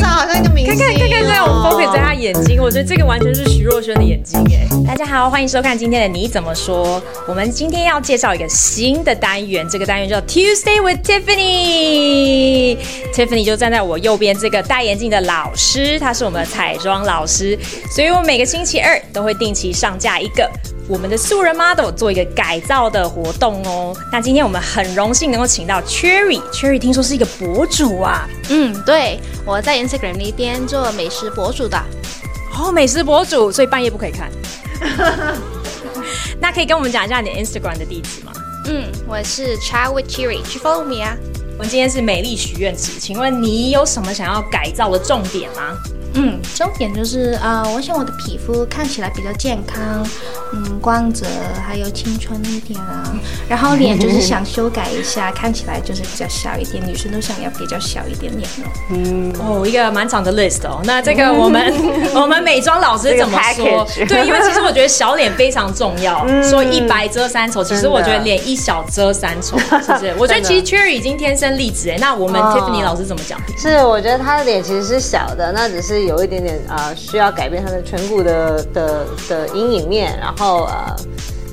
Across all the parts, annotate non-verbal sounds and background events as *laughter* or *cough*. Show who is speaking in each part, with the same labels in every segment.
Speaker 1: 哦
Speaker 2: 眼睛，我觉得这个完全是徐若瑄的眼睛哎。
Speaker 3: 大家好，欢迎收看今天的你怎么说？我们今天要介绍一个新的单元，这个单元叫 Tuesday with Tiffany。Tiffany 就站在我右边这个戴眼镜的老师，她是我们的彩妆老师，所以我们每个星期二都会定期上架一个。我们的素人 model 做一个改造的活动哦。那今天我们很荣幸能够请到 Cherry，Cherry 听说是一个博主啊，
Speaker 4: 嗯，对，我在 Instagram 那边做美食博主的。
Speaker 3: 哦，美食博主，所以半夜不可以看。 *laughs* 那可以跟我们讲一下你的 Instagram 的地址吗？
Speaker 4: 嗯，我是 Chat with Cherry，去 follow me 啊。
Speaker 3: 我们今天是美丽许愿池，请问你有什么想要改造的重点吗？
Speaker 4: 嗯，重点就是啊、呃我想我的皮肤看起来比较健康，嗯，光泽还有青春一点 *laughs* 啊。然后脸就是想修改一下，看起来就是比较小一点，女生都想要比较小一点脸哦。
Speaker 3: 哦，一个蛮长的 list 哦。那这个我
Speaker 1: *laughs*
Speaker 3: 们我们美妆老师怎么
Speaker 1: 这个
Speaker 3: 说？
Speaker 1: package 嗯
Speaker 3: 对，因为其实我觉得小脸非常重
Speaker 1: *laughs*
Speaker 3: 要，说一白遮三丑。其实
Speaker 1: 真的
Speaker 3: 我觉得脸一小遮三
Speaker 1: *laughs*
Speaker 3: 丑，是不是？我觉得其实 Cherry 已经天生丽质哎。那我们
Speaker 1: 哦
Speaker 3: Tiffany 老师怎么讲？
Speaker 1: 是，我觉得她的脸其实是小的，那只是有一点点啊、呃需要改变她的颧骨的的的阴影面，然后呃，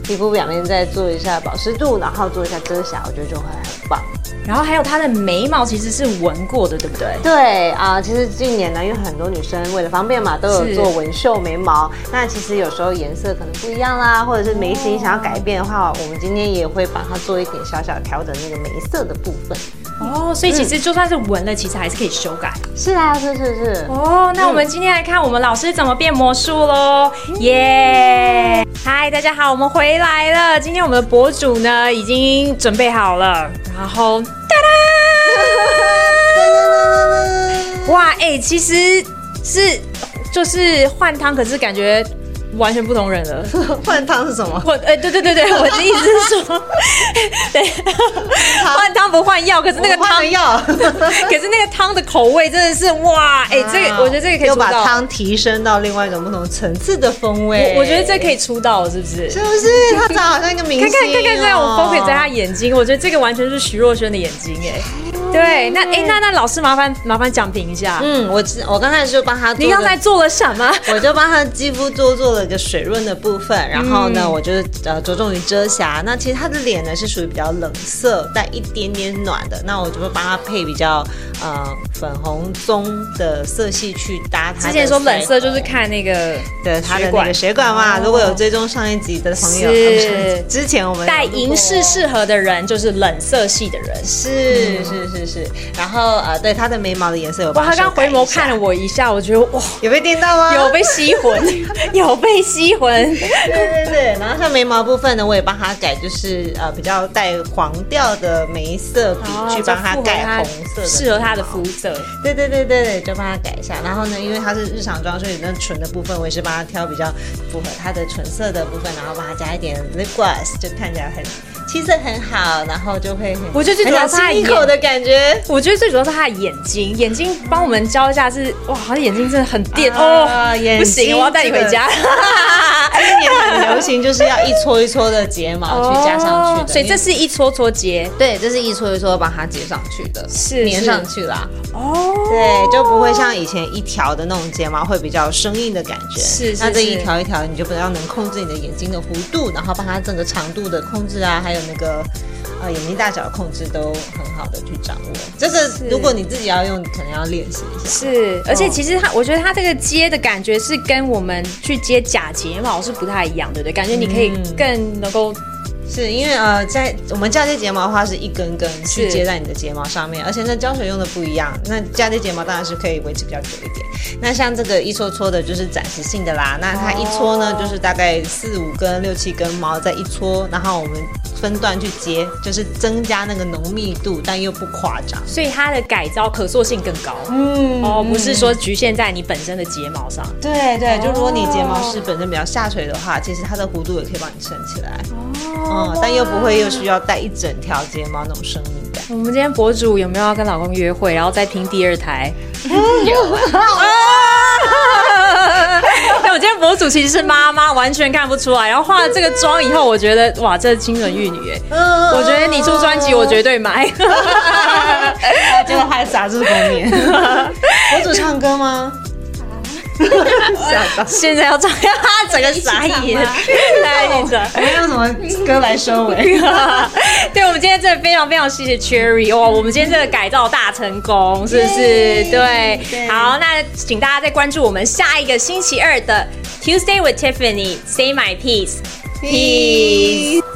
Speaker 1: 皮肤表面再做一下保湿度，然后做一下遮瑕，我觉得就会很棒。
Speaker 3: 然后还有她的眉毛其实是纹过的，对不对？
Speaker 1: 对啊、其实近年呢，因为很多女生为了方便嘛，都有
Speaker 3: 是
Speaker 1: 做纹绣眉毛。那其实有时候颜色可能不一样啦，或者是眉形想要改变的话，我们今天也会帮她做一点小小调整那个眉色的部分。
Speaker 3: 哦，所以其实就算是纹了，其实还是可以修改。
Speaker 1: 是啊，是是是。
Speaker 3: 哦，那我们今天来看我们老师怎么变魔术喽，
Speaker 1: 嗯
Speaker 3: 耶！嗨，大家好，我们回来了。今天我们的博主呢已经准备好了，然后哒
Speaker 1: *laughs*
Speaker 3: 哒，哇，哎、其实是就是换汤，可是感觉完全不同人了。
Speaker 1: 换汤是什么？
Speaker 3: 我呃，对对对对，我的意思是
Speaker 1: *laughs*
Speaker 3: 说，对，换汤不换药，可是那个
Speaker 1: 我换
Speaker 3: 汤
Speaker 1: 了
Speaker 4: *laughs*
Speaker 1: 药。 *laughs*
Speaker 3: 可是那个汤的口味真的是哇，哎、这个我觉得这个可以
Speaker 1: 啊又
Speaker 3: 出
Speaker 1: 把
Speaker 3: 道，
Speaker 1: 汤提升到另外一种不同层次的风味。
Speaker 3: 我我觉得这可以出道，是不是？
Speaker 1: 是不是？他长得好像一个明星、
Speaker 3: 看看
Speaker 1: 哦。
Speaker 3: 看看，这样我 focus 在他眼睛，我觉得这个完全是徐若瑄的眼睛哎。对，那哎、那那老师麻烦麻烦讲评一下，
Speaker 1: 嗯，我知我刚才就帮他做。
Speaker 3: 你刚才。做了什么？
Speaker 1: 我就帮他肌肤多做了一个水润的部分，然后呢，
Speaker 3: 嗯
Speaker 1: 我就是呃着重于遮瑕。那其实他的脸呢是属于比较冷色，带一点点暖的。那我就会帮他配比较呃粉红棕的色系去搭他的腮红。
Speaker 3: 之前说冷色就是看那个
Speaker 1: 对他的
Speaker 3: 血
Speaker 1: 那
Speaker 3: 管
Speaker 1: 个血管嘛。
Speaker 3: 哦
Speaker 1: 如果有追踪上一集的朋友，
Speaker 3: 是
Speaker 1: 之前我们
Speaker 3: 带
Speaker 1: 有录过
Speaker 3: 银饰适合的人就是冷色系的人。
Speaker 1: 是是是是，然后呃，对她的眉毛的颜色有
Speaker 3: 哇，
Speaker 1: 帮
Speaker 3: 他
Speaker 1: 修
Speaker 3: 刚
Speaker 1: 改
Speaker 3: 回
Speaker 1: 一
Speaker 3: 眸
Speaker 1: 下
Speaker 3: 看了，我一下，我觉得
Speaker 1: *laughs*
Speaker 3: 哇，
Speaker 1: 有被电到吗？
Speaker 3: 有被吸魂，有被吸魂。
Speaker 1: 对对对。然后像眉毛部分呢，我也帮她改，就是呃比较带黄调的眉色笔、
Speaker 3: 哦
Speaker 1: *laughs* 去帮她盖红色的，
Speaker 3: 适合她的肤。色。
Speaker 1: 对对对对对，就帮她改一下。然后呢，因为她是日常妆，所以那唇的部分我也是帮她挑比较符合她的唇色的部分，然后帮她加一点 lip gloss，就看起来很气色很好，然后就会很
Speaker 3: 我觉得最主
Speaker 1: 很
Speaker 3: 要
Speaker 1: 想
Speaker 3: 是她的
Speaker 1: 亲一
Speaker 3: 眼
Speaker 1: 口的感
Speaker 3: *laughs*
Speaker 1: 觉。
Speaker 3: 我觉得最主要是她的眼睛，眼睛帮我们教一下是哇，她的眼睛真的很电、
Speaker 1: 啊
Speaker 3: 哦，
Speaker 1: 眼睛
Speaker 3: 不行，我要带你回家。
Speaker 1: 今年很流行，就是要一撮一撮的睫毛去加上去
Speaker 3: 哦
Speaker 1: 的，
Speaker 3: *laughs* 所以这是一撮撮结
Speaker 1: 对，这是一撮一撮把它接上去的，
Speaker 3: 是
Speaker 1: 粘上去啦。
Speaker 3: 哦，
Speaker 1: 对，就不会像以前一条的那种睫毛会比较生硬的感觉。
Speaker 3: 是是
Speaker 1: 那这一
Speaker 3: 是
Speaker 1: 条一条，你就比较能控制你的眼睛的弧度，然后把它整个长度的控制啊，还有那个。呃，眼睛大小的控制都很好的去掌握，这个
Speaker 3: 是
Speaker 1: 如果你自己要用，你可能要练习一下。
Speaker 3: 是，而且其实它，我觉得它这个接的感觉是跟我们去接假睫毛是不太一样，对不对？感觉你可以
Speaker 1: 嗯
Speaker 3: 更能够
Speaker 1: 是因为呃，在我们嫁接睫毛的话是一根根
Speaker 3: 是
Speaker 1: 去接在你的睫毛上面，而且那胶水用的不一样。那嫁接睫毛当然是可以维持比较久一点。那像这个一撮撮的，就是暂时性的啦。那它一撮呢，就是大概四五根、六七根毛在一撮，然后我们分段去接，就是增加那个浓密度，但又不夸张。
Speaker 3: 所以它的改造可塑性更高。
Speaker 1: 嗯
Speaker 3: 哦，不是说局限在你本身的睫毛上。
Speaker 1: 对对，就如果你睫毛
Speaker 3: 哦
Speaker 1: 是本身比较下垂的话，其实它的弧度也可以帮你撑起来。哦、嗯，但又不会又需要带一整条睫毛那种生命感。
Speaker 3: 我们今天博主有没有要跟老公约会，然后再听第二
Speaker 1: *laughs*
Speaker 3: 台？
Speaker 1: 啊
Speaker 3: *laughs* 有。但我今天博主其实是妈妈，完全看不出来。然后化了这个妆以后，我觉得哇，这清纯玉女哎！
Speaker 1: 嗯
Speaker 3: 我觉得你出专辑，我绝对买。
Speaker 1: 结果还砸至公面。博主唱歌吗？吓
Speaker 3: *laughs*
Speaker 1: 到。
Speaker 3: 现在要这样，整个傻眼， *laughs* 来一整。
Speaker 1: 我们用什么歌来收尾？
Speaker 3: *laughs* 对，我们今天真的非常非常谢谢 Cherry 哇，我们今天真的改造大成功，是不是？对，好，那请大家再关注我们下一个星期二的 Tuesday with Tiffany，Say My Peace。
Speaker 1: Peace